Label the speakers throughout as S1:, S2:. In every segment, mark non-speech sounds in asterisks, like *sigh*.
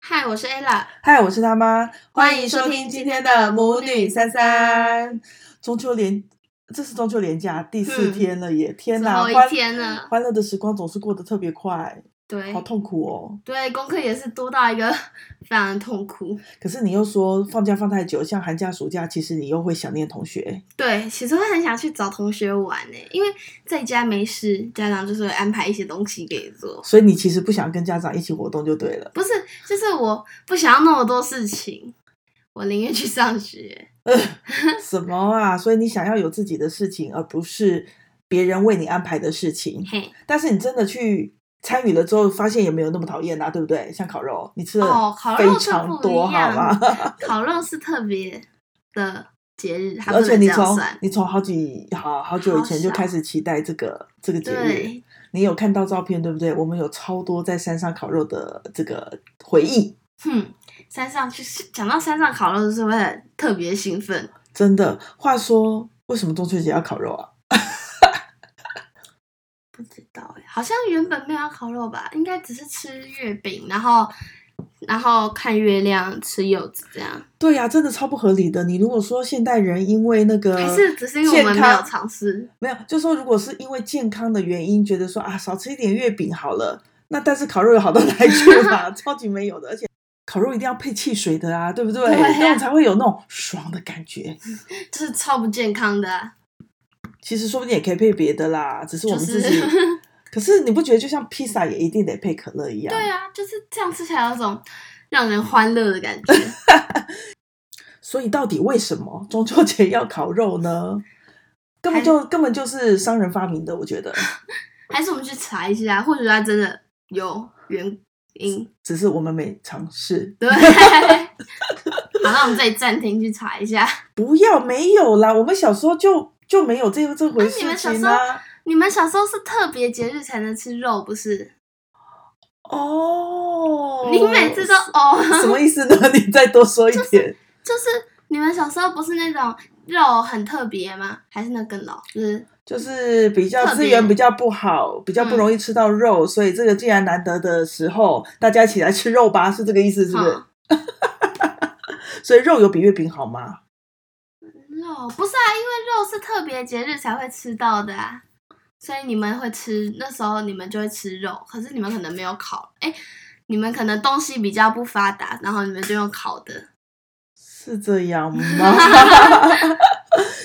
S1: 嗨，我是 Ella。
S2: 嗨，我是他妈，
S1: 欢迎收听今天的母女三三。
S2: 中秋连，这是中秋连假第四
S1: 嗯
S2: 天了耶！天
S1: 最
S2: 哪，
S1: 后
S2: 欢
S1: 一天了，哎
S2: 欢乐的时光总是过得特别快，
S1: 对
S2: 好痛苦哦。
S1: 对，功课也是多到一个 *laughs* 非常痛苦。
S2: 可是你又说放假放太久，像寒假暑假，其实你又会想念同学。
S1: 对，其实会很想去找同学玩呢，因为在家没事，家长就是会安排一些东西给你做。
S2: 所以你其实不想跟家长一起活动就
S1: *laughs*
S2: 对了。
S1: 不是，就是我不想要那么多事情，我宁愿去上学。
S2: 什么啊？所以你想要有自己的事情，而不是别人为你安排的事情。
S1: 嘿，
S2: 但是你真的去参与了之后，发现也没有那么讨厌啊，对不对？像烤肉，你吃
S1: 哦
S2: 了
S1: 烤
S2: 非
S1: 肉是
S2: 常
S1: 不一
S2: 多，好
S1: 样
S2: 吗？
S1: 烤肉是特别的节日，
S2: *laughs*
S1: 它不
S2: 而且
S1: 能
S2: 你
S1: 这样
S2: 从
S1: 算。
S2: 你从好几好好久以前就开始期待这个这个节日，
S1: 对，
S2: 你有看到照片对不对？我们有超多在山上烤肉的这个回忆，
S1: 哼，山上去讲到山上烤肉，就是会很特别兴奋。
S2: 真的。话说，为什么中秋节要烤肉啊？
S1: 不知道哎，好像原本没有要烤肉吧，应该只是吃月饼，然后然后看月亮、吃柚子这样，
S2: 对呀、真的超不合理的。你如果说现代人因为那个
S1: 还是只是因为我们
S2: 嗯健
S1: 没
S2: 康
S1: 有尝试？
S2: 没有，就说如果是因为健康的原因，觉得说啊少吃一点月饼好了，那但是烤肉有 *laughs* 好到
S1: *laughs*
S2: 哪里去嘛？超级没有的，而且烤肉一定要配汽水的啊，对不对？
S1: 对呀
S2: 这样才会有那种爽的感觉。
S1: 就是超不健康的啊、
S2: 其实说不定也可以配别的啦，只是我们
S1: 就是
S2: 自己。
S1: *laughs*
S2: 可是你不觉得就像披萨也一定得配可乐一样？
S1: 对啊，就是这样吃起来有种让人欢乐的感
S2: *laughs*
S1: 觉。
S2: 所以到底为什么中秋节要烤肉呢？根本就根本就是商人发明的，我觉得，
S1: 还是我们去查一下，或许它真的有原
S2: *laughs*
S1: 因。
S2: 只是我们没尝试。
S1: 对，好，那我们再暂停去查一下。
S2: 不要没有啦，我们小时候就就没有这这回
S1: 你
S2: 事
S1: 们小
S2: 情
S1: 时候
S2: 啊。
S1: 你们小时候是特别节日才能吃肉，不是？
S2: 哦，
S1: 你每次都哦。
S2: *laughs* 什么意思呢？ *laughs* 你再多说一点。
S1: 就是你们小时候不是那种肉很特别吗？还是那更老？
S2: 嗯
S1: 就是
S2: 就是比较
S1: 特别
S2: 资源比较不好，比较不容易吃到
S1: 嗯
S2: 肉，所以这个既然难得的时候，大家一起来吃肉吧，是这个意思，是不是
S1: 好？
S2: *laughs* 所以肉有比月饼好吗？
S1: 肉不是啊，因为肉是特别节日才会吃到的啊，所以你们会吃，那时候你们就会吃肉，可是你们可能没有烤，哎、你们可能东西比较不发达，然后你们就用烤的。
S2: 是这
S1: *laughs*
S2: 样吗？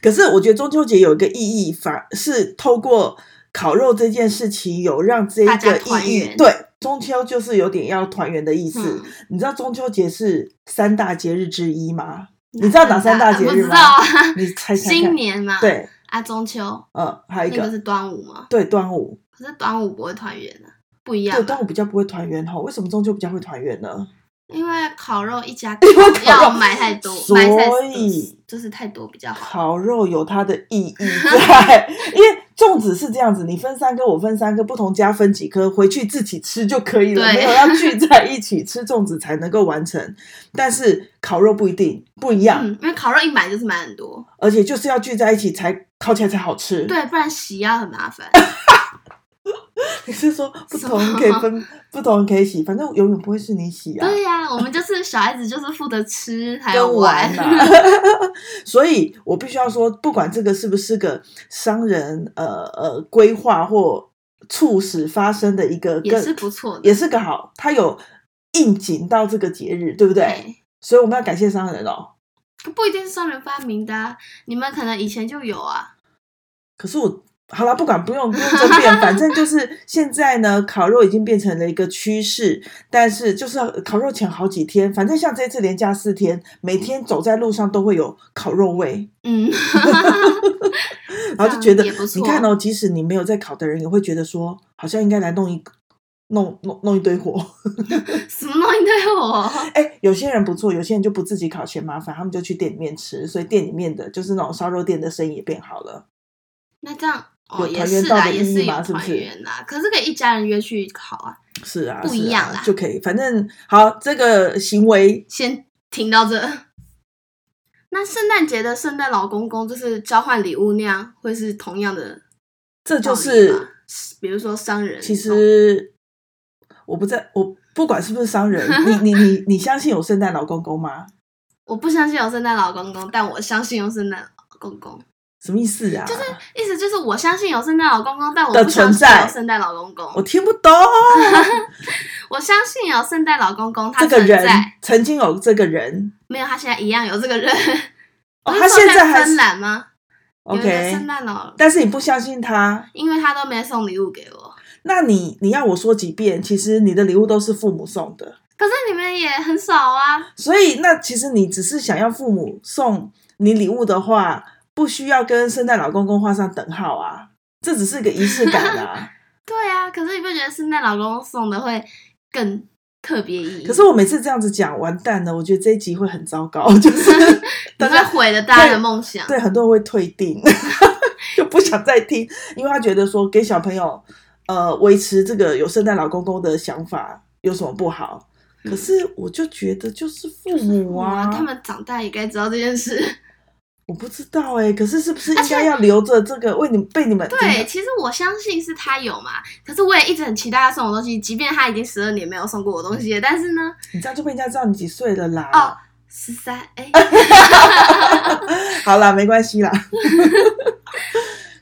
S2: 可是我觉得中秋节有一个意义，反而是透过烤肉这件事情，有让这
S1: 大家
S2: 个
S1: 团
S2: 意义
S1: 圆
S2: 对。中秋就是有点要团圆的意思，
S1: 嗯，
S2: 你知道中秋节是三大节日之一吗？你知道哪三大节
S1: 不知
S2: 日吗
S1: 道啊，
S2: 你猜猜看
S1: 新。年嘛，，
S2: 对，
S1: 啊，中秋
S2: 嗯，还有一
S1: 那
S2: 个、
S1: 个是端午嘛，
S2: 对端午，
S1: 可是端午不会团圆的、啊不一样
S2: 对
S1: 吧，
S2: 端午比较不会团圆哈。为什么中秋比较会团圆呢？
S1: 因为烤肉一家
S2: 为烤肉
S1: 要买太多，
S2: 所
S1: 买
S2: 以
S1: 太多就是太多比较好。
S2: 烤肉有它的意义在， *laughs* 因为粽子是这样子，你分三颗，我分三颗，不同家分几颗，回去自己吃就可以了，
S1: 对
S2: 没有要聚在一起吃粽子才能够完成。但是烤肉不一定不一样，
S1: 嗯，因为烤肉一买就是买很多，
S2: 而且就是要聚在一起才烤起来才好吃。
S1: 对，不然洗要很麻烦。
S2: 你是说不
S1: 什
S2: 同人
S1: 么
S2: 可以分，不同人可以洗，反正永远不会是你洗啊，
S1: 对呀、我们就是小孩子，就是负责吃还有
S2: 跟
S1: 玩
S2: 玩。啊。
S1: *laughs*
S2: 所以我必须要说，不管这个是不是个商人呃呃规划或促使发生的一个
S1: 也
S2: 更
S1: 是不错的
S2: 也是个好，它有应景到这个节日，对不对？
S1: 嘿
S2: 所以我们要感谢商人哦。
S1: 不一定是商人发明的、啊，你们可能以前就有啊。
S2: 可是我好了，不管不用不用争辩，反正就是现在呢，烤肉已经变成了一个趋势。但是就是烤肉前好几天，反正像这次连假四天，每天走在路上都会有烤肉味，
S1: 嗯， *laughs*
S2: 然后就觉得
S1: 这样也不错
S2: 你看哦，即使你没有在烤的人，也会觉得说好像应该来弄一弄弄弄一堆火。 *laughs*
S1: 什么东西都有哦。
S2: 哎，有些人不错，有些人就不自己烤嫌麻烦，他们就去店里面吃，所以店里面的就是那种烧肉店的生意也变好了。
S1: 那这样哦，
S2: 有
S1: 也
S2: 团
S1: 是
S2: 圆到
S1: 啦，
S2: 的
S1: 也
S2: 意义
S1: 是
S2: 嘛
S1: 有
S2: 是不
S1: 团
S2: 是
S1: 圆啦。可是可以一家人约去烤啊。
S2: 是啊，
S1: 不一
S2: 是啊
S1: 样啦
S2: 就可以。反正好，这个行为
S1: 先停到这。 *laughs* 那圣诞节的圣诞老公公就是交换礼物那样，会是同样的
S2: 这就
S1: 道理
S2: 是
S1: 吗比如说商人，
S2: 其实我不在，我不管是不是商人，你你你你相信有圣诞老公公吗？
S1: 我不相信有圣诞老公公，但我相信有圣诞老公公。
S2: 什么意思啊？
S1: 就是意思就是我相信有圣诞老公公，但我
S2: 的
S1: 不相
S2: 存
S1: 信
S2: 在哦
S1: 有圣诞老公公。
S2: 我听不懂，
S1: 我相信有圣诞老公 *laughs* 公，他
S2: 这个
S1: 存
S2: 人
S1: 在，
S2: 曾经有这个人，
S1: 没有他现在一样有这个人。
S2: 哦，
S1: 不是
S2: 他
S1: 说
S2: 现在还
S1: 芬
S2: 是
S1: 兰吗有一个
S2: OK，
S1: 圣诞老，
S2: 但是你不相信他，
S1: 因为他都没送礼物给我。
S2: 那你你要我说几遍？其实你的礼物都是父母送的，
S1: 可是你们也很少啊，
S2: 所以那其实你只是想要父母送你礼物的话，不需要跟圣诞老公公画上等号啊，这只是个仪式感
S1: *laughs*
S2: 啊。
S1: 对啊。可是你不觉得圣诞老公公送的会更特别意义？
S2: 可是我每次这样子讲，完蛋了，我觉得这一集会很糟糕， *laughs* 就是
S1: 你
S2: 大
S1: 会
S2: 家
S1: 毁了大家的梦想。
S2: 对很多人会退订， *laughs* 就不想再听，因为他觉得说给小朋友呃维持这个有圣诞老公公的想法有什么不好？可是我就觉得就是父母
S1: 哇，
S2: 啊，
S1: 他们长大也该知道这件
S2: *laughs*
S1: 事。
S2: 我不知道哎、可是是不是
S1: 而
S2: 应该要留着这个为你被你们
S1: 对，其实我相信是他有嘛，可是我也一直很期待他送我东西，即便他已经十二年没有送过我东西了，但是呢，
S2: 你这样就被人家知道你几岁了啦。
S1: 哦十三哎，
S2: *laughs* 好啦，没关系啦。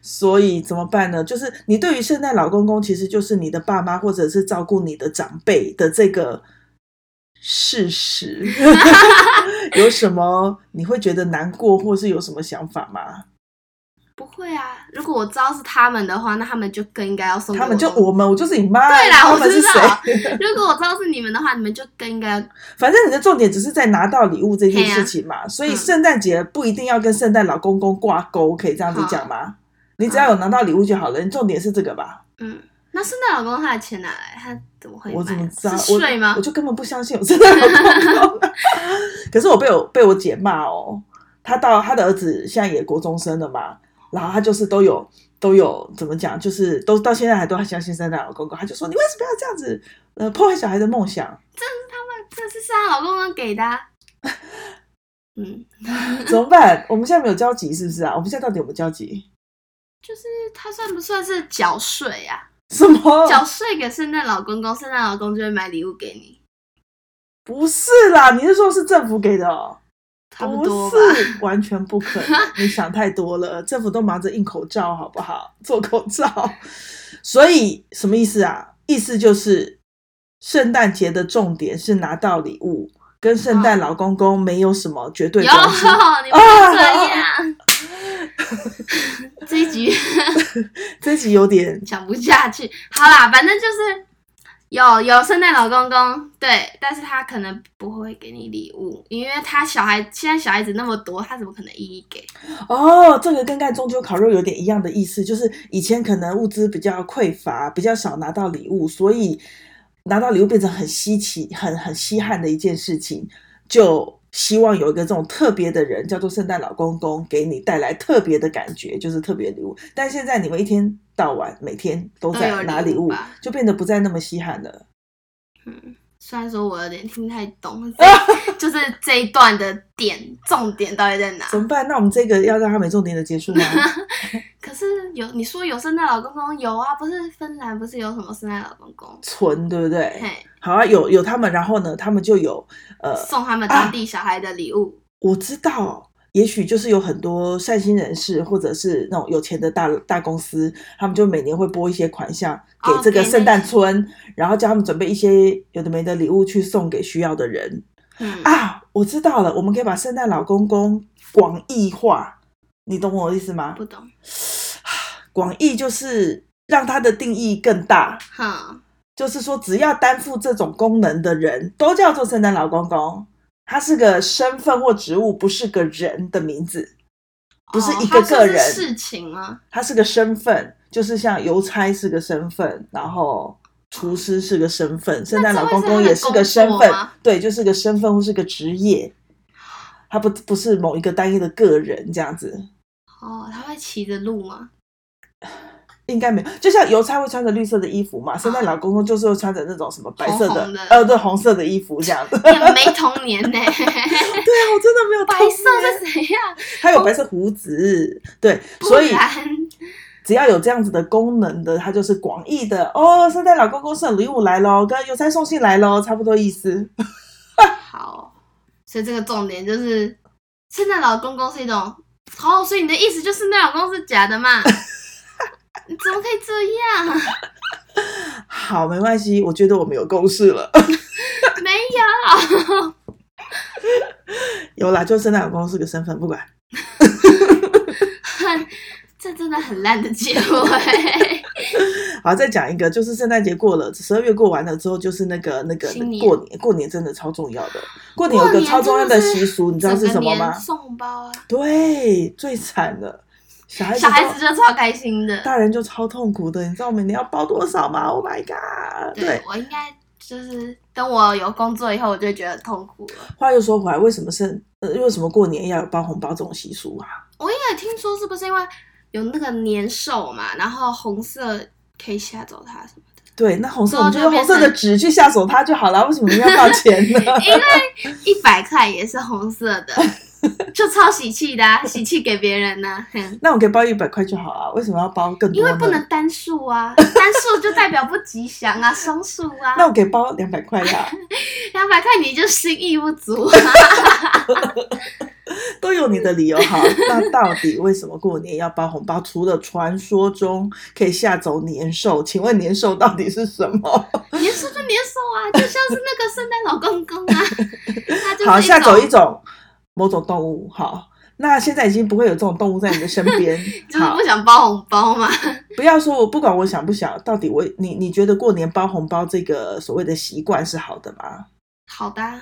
S2: 所以怎么办呢？就是你对于圣诞老公公，其实就是你的爸妈或者是照顾你的长辈的这个
S1: *laughs*
S2: 事实，有什么你会觉得难过，或是有什么想法吗？
S1: 不会啊，如果我知道是他们的话，那他们就更应该要送给
S2: 他们就
S1: 东西
S2: 我们，我就是你妈，
S1: 对啦，
S2: 他
S1: 我
S2: 们
S1: 知
S2: 是谁？
S1: 道。如果我知道是你们的话，你们就更应该
S2: 反正你的重点只是在拿到礼物这件
S1: 对啊
S2: 事情嘛，所以
S1: 嗯
S2: 圣诞节不一定要跟圣诞老公公挂钩，可以这样子讲吗？你只要有拿到礼物就好了，你重点是这个吧？
S1: 嗯。那圣诞老公他的钱哪来？他怎么会
S2: 我怎么
S1: 买？
S2: 知道？
S1: 哎是税吗
S2: 我？我就根本不相信有圣诞
S1: *laughs*
S2: 老公公。可是我被我被我姐骂哦，她到她的儿子现在也国中生了嘛，然后她就是都有都有怎么讲，就是都到现在还都还相信圣诞老公公，她就说你为什么要这样子呃破坏小孩的梦想？
S1: 这是圣诞老公公给的
S2: *laughs*
S1: 啊、嗯，
S2: 怎么办？我们现在没有交集是不是啊？我们现在到底有没有交集？
S1: 就是他算不算是缴税啊？
S2: 什么？
S1: 缴税给圣诞老公公，圣诞老公就会买礼物给你，
S2: 不是啦，你是说是政府给的、哦？
S1: 差不多吧？
S2: 是，完全不可能。你想太多了，政府都忙着印口罩，好不好？做口罩，所以什么意思啊？意思就是，圣诞节的重点是拿到礼物，跟圣诞
S1: 啊
S2: 老公公没有什么绝对啊
S1: 有，
S2: 关系。
S1: *laughs* 你不能这样。 *laughs* 这一局
S2: 这集有点
S1: *laughs* 讲不下去。好啦，反正就是有有圣诞老公公，对，但是他可能不会给你礼物，因为他小孩现在小孩子那么多，他怎么可能一一给？
S2: 哦，这个跟盖中秋烤肉有点一样的意思，就是以前可能物资比较匮乏，比较少拿到礼物，所以拿到礼物变成很稀奇、很很稀罕的一件事情，就希望有一个这种特别的人，叫做圣诞老公公，给你带来特别的感觉，就是特别礼物。但现在你们一天到晚每天都
S1: 都有
S2: 在拿
S1: 礼
S2: 礼
S1: 物
S2: 物
S1: 吧，啊
S2: 就变得不再那么稀罕了。
S1: 虽然说我有点听不太懂，这
S2: *laughs*
S1: 就是这一段的点重点到底在哪？
S2: 怎么办？那我们这个要让它没重点的结
S1: *laughs*
S2: 束吗？
S1: 可是有你说有圣诞老公公有啊，不是芬兰不是有什么圣诞老公公？
S2: 存对不对？
S1: 嘿，
S2: 好啊，有有他们，然后呢，他们就有呃
S1: 送他们当地小孩的礼物。
S2: 我知道，也许就是有很多善心人士，或者是那种有钱的大大公司，他们就每年会拨一些款项给
S1: 哦
S2: 这个
S1: 给那
S2: 圣诞
S1: 些
S2: 村，然后叫他们准备一些有的没的礼物去送给需要的人
S1: 嗯，
S2: 啊。我知道了，我们可以把圣诞老公公广义化，你懂我的意思吗
S1: 不？懂，
S2: 广义就是让它的定义更大，
S1: 哼，
S2: 就是说只要担负这种功能的人都叫做圣诞老公公。他是个身份或职务，不是个人的名字。不是
S1: 哦
S2: 一个
S1: 它
S2: 个
S1: 是
S2: 人
S1: 事情吗？
S2: 他是个身份，就是像邮差是个身份，然后厨师是个身份，圣诞老公公也是个身
S1: 这会是他的工
S2: 份
S1: 作吗，
S2: 对，就是个身份或是个职业，他不不是某一个单一的个人这样子，
S1: 哦，他会骑着鹿吗？ *laughs*
S2: 应该没有。就像邮差会穿着绿色的衣服嘛，圣诞老公公就是会穿着那种什么白色
S1: 红
S2: 的，
S1: 啊红的
S2: 呃，对，红色的衣服这样子。
S1: *laughs*
S2: 对
S1: 你很没童年
S2: *laughs*
S1: 呢、
S2: 啊，我真的没有
S1: 白
S2: 童
S1: 色
S2: 年
S1: 是谁呀、
S2: 还有白色胡子，对，
S1: 不
S2: 所以
S1: 然
S2: 只要有这样子的功能的，它就是广义的哦。圣诞老公公送礼物来喽，跟邮差送信来喽，差不多意思。 *laughs*
S1: 好，所以这个重点就是圣诞老公公是一种，哦，所以你的意思就是圣诞老公是假的嘛？ *laughs* 你怎么可以这样？ *laughs*
S2: 好，没关系，我觉得我们有共识了。 *laughs*
S1: 没有，
S2: 有啦，就圣诞老公是个身份，不管。
S1: 很，这真的很烂的结尾。
S2: 好，再讲一个，就是圣诞节过了，十二月过完了之后，就是那个那个
S1: 新年
S2: 过年，过年真的超重要的。过年有
S1: *laughs* 过
S2: 一个
S1: 年
S2: 超重要
S1: 真的是
S2: 习俗，你知道是什
S1: 整
S2: 么
S1: 个
S2: 吗
S1: 年？送红包啊，
S2: 对，最惨的小孩子
S1: 小
S2: 都，
S1: 孩子就超开心的。
S2: 大人就超痛苦的。你知道每年要包多少吗？Oh my god！对，
S1: 我应该就是等我有工作以后，我就会觉得很痛苦了。
S2: 话又说回来，为什么圣呃为什么过年要有包红包这种习俗啊？
S1: 我也听说是不是因为有那个年兽嘛，然后红色可以吓走它什么的。
S2: 对，那红色
S1: 之后
S2: 我们就
S1: 就
S2: 用红
S1: 变
S2: 色的
S1: 成
S2: 纸去下手它就好了，为什么你要报钱呢？ *laughs*
S1: 因为一百块也是红色的，就超喜气的、啊，喜气给别人呢、啊哼
S2: 那我可以包一百块就好啊，为什么要包更多
S1: 因
S2: 呢？
S1: 为不能单数啊，
S2: *laughs*
S1: 单数就代表不吉祥啊，双数啊，
S2: 那我可以包两百块呀、 *laughs*
S1: 两百块你就心意不足啊。
S2: 都有你的理由好。那到底为什么过年要包红包？除了传说中可以吓走年兽，请问年兽到底是什
S1: *laughs*
S2: 么？
S1: 年兽就年兽啊，就像是那个圣诞老公公
S2: *laughs*
S1: 啊，他就是
S2: 好，
S1: 一
S2: 吓走
S1: 种。
S2: 一种某种动物。好，那现在已经不会有这种动物在你的身边
S1: *laughs* 就是
S2: 好
S1: 不，想包红包嘛。
S2: 不要说我不管我想不想，到底我你你觉得过年包红包这个所谓的习惯是好的吗？
S1: 好的啊，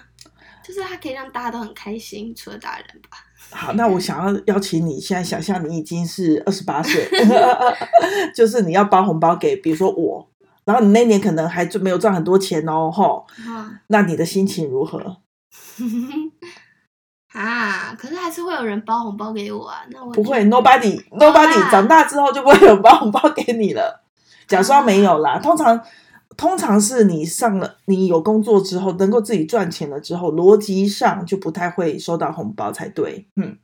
S1: 就是它可以让大家都很开心，除了大人吧。
S2: 好，那我想要邀请你，现在想象你已经是二十八岁，就是你要包红包给，比如说我，然后你那年可能还就没有赚很多钱哦，吼，
S1: 嗯
S2: 那你的心情如何？嗯
S1: *laughs* 啊，可是还是会有人包红包给我啊，那我
S2: 不会
S1: 就
S2: ，nobody
S1: 啊
S2: nobody 长大之后就不会有人包红包给你了。假装没有啦，通常通常是你上了，你有工作之后，能够自己赚钱了之后，逻辑上就不太会收到红包才对，嗯。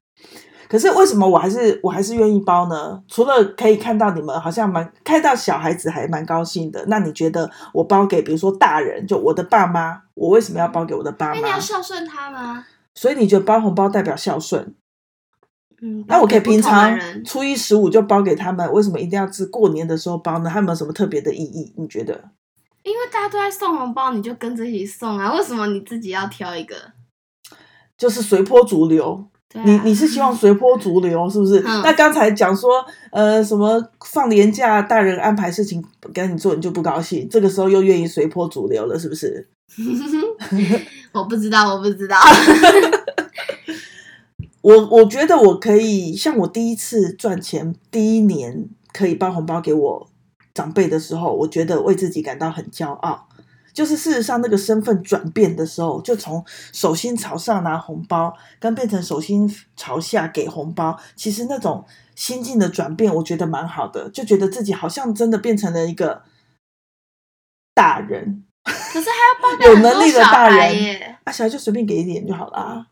S2: 可是为什么我还是我还是愿意包呢？除了可以看到你们好像蛮看到小孩子还蛮高兴的，那你觉得我包给比如说大人，就我的爸妈，我为什么要包给我的爸
S1: 因为你
S2: 妈
S1: 要？孝顺他嘛。
S2: 所以你觉得包红包代表孝顺？
S1: 嗯，
S2: 那我可
S1: 包给
S2: 以平
S1: 不同的
S2: 常
S1: 人
S2: 初一十五就包给他们，为什么一定要是过年的时候包呢？他们有什么特别的意义？你觉得？
S1: 因为大家都在送红包，你就跟着一起送啊。为什么你自己要挑一个？
S2: 就是随波逐流，
S1: 对啊，
S2: 你你是希望随波逐流是不是？
S1: 嗯
S2: 那刚才讲说，呃，什么放年假，大人安排事情给你做，你就不高兴，这个时候又愿意随波逐流了，是不是？
S1: *laughs* 我不知道，我不知道。
S2: 我我觉得我可以，像我第一次赚钱第一年可以包红包给我长辈的时候，我觉得为自己感到很骄傲。就是事实上，那个身份转变的时候，就从手心朝上拿红包，跟变成手心朝下给红包，其实那种心境的转变，我觉得蛮好的，就觉得自己好像真的变成了一个大人
S1: 可是还要包给
S2: 有
S1: 很
S2: 能
S1: 多
S2: 力
S1: *laughs*
S2: 的
S1: 小
S2: 大
S1: 孩
S2: 人
S1: 耶。
S2: 啊，小孩就随便给一点就好啦。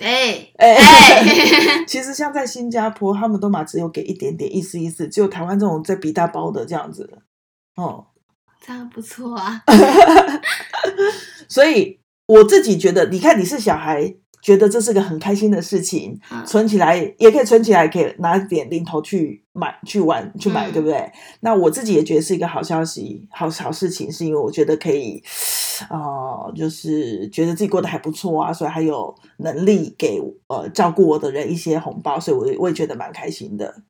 S2: *laughs*
S1: 哎 *laughs*
S2: 哎、
S1: 哎， *laughs*
S2: 其实像在新加坡，他们都嘛只有给一点点，意思意思，只有台湾这种在比大包的这样子，哦、
S1: 这样不错啊。
S2: 所以我自己觉得，你看你是小孩，觉得这是个很开心的事情，
S1: 嗯
S2: 存起来也可以存起来，可以拿点零头去买、去玩、去买，
S1: 嗯
S2: 对不对？那我自己也觉得是一个好消息、好好事情，是因为我觉得可以，呃，就是觉得自己过得还不错啊，所以还有能力给呃照顾我的人一些红包，所以我也我也觉得蛮开心的。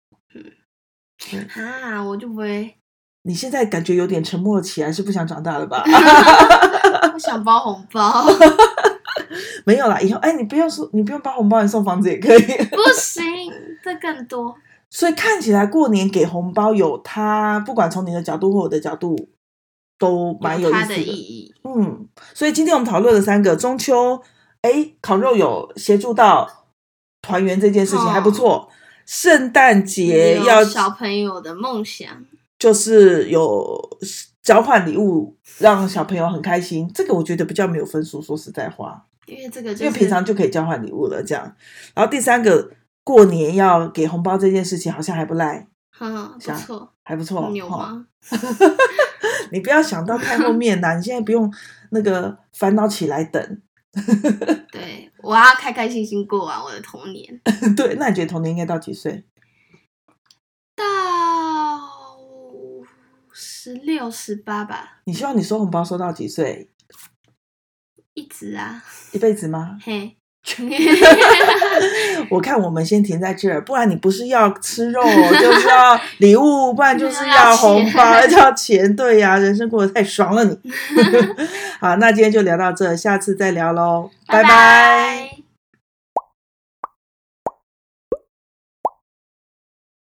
S1: 啊，我就不会，
S2: 你现在感觉有点沉默起来，是不想长大
S1: *laughs*
S2: 了吧？ *laughs*
S1: 不想包红包。
S2: 没有啦，以后哎，你不用说，你不用包红包，你送房子也可以。 *laughs*
S1: 不行，这更多。
S2: 所以看起来过年给红包有它，不管从你的角度或我的角度，都蛮有意
S1: 它
S2: 思
S1: 的
S2: 的。
S1: 意义。
S2: 嗯，所以今天我们讨论了三个中秋，哎，烤肉有协助到团圆这件事情、
S1: 哦
S2: 还不错。圣诞节
S1: 有
S2: 要
S1: 小朋友的梦想，
S2: 就是有交换礼物，让小朋友很开心。这个我觉得比较没有分数，说实在话。
S1: 因为这个就是
S2: 因为平常就可以交换礼物了，这样。然后第三个，过年要给红包这件事情好像还不赖，
S1: 嗯，不
S2: 想
S1: 错，
S2: 还不错。
S1: 牛
S2: 哈
S1: 吗？
S2: 你不要想到太后面啦，你现在不用那个烦恼起来等。 *laughs*
S1: 对，我要开开心心过完我的童年。
S2: 对，那你觉得童年应该到几岁？
S1: 到十六、十八吧，
S2: 你希望你收红包收到几岁？
S1: 一直啊，
S2: 一辈子吗？
S1: 嘿，
S2: 我看我们先停在这儿，不然你不是要吃肉，
S1: *laughs*
S2: 就是要礼物，不然就是要红包， *laughs* 要钱。对呀、人生过得太 *laughs* 爽了你。好，那今天就聊到这，下次再聊喽，
S1: *laughs* 拜
S2: 拜拜
S1: 拜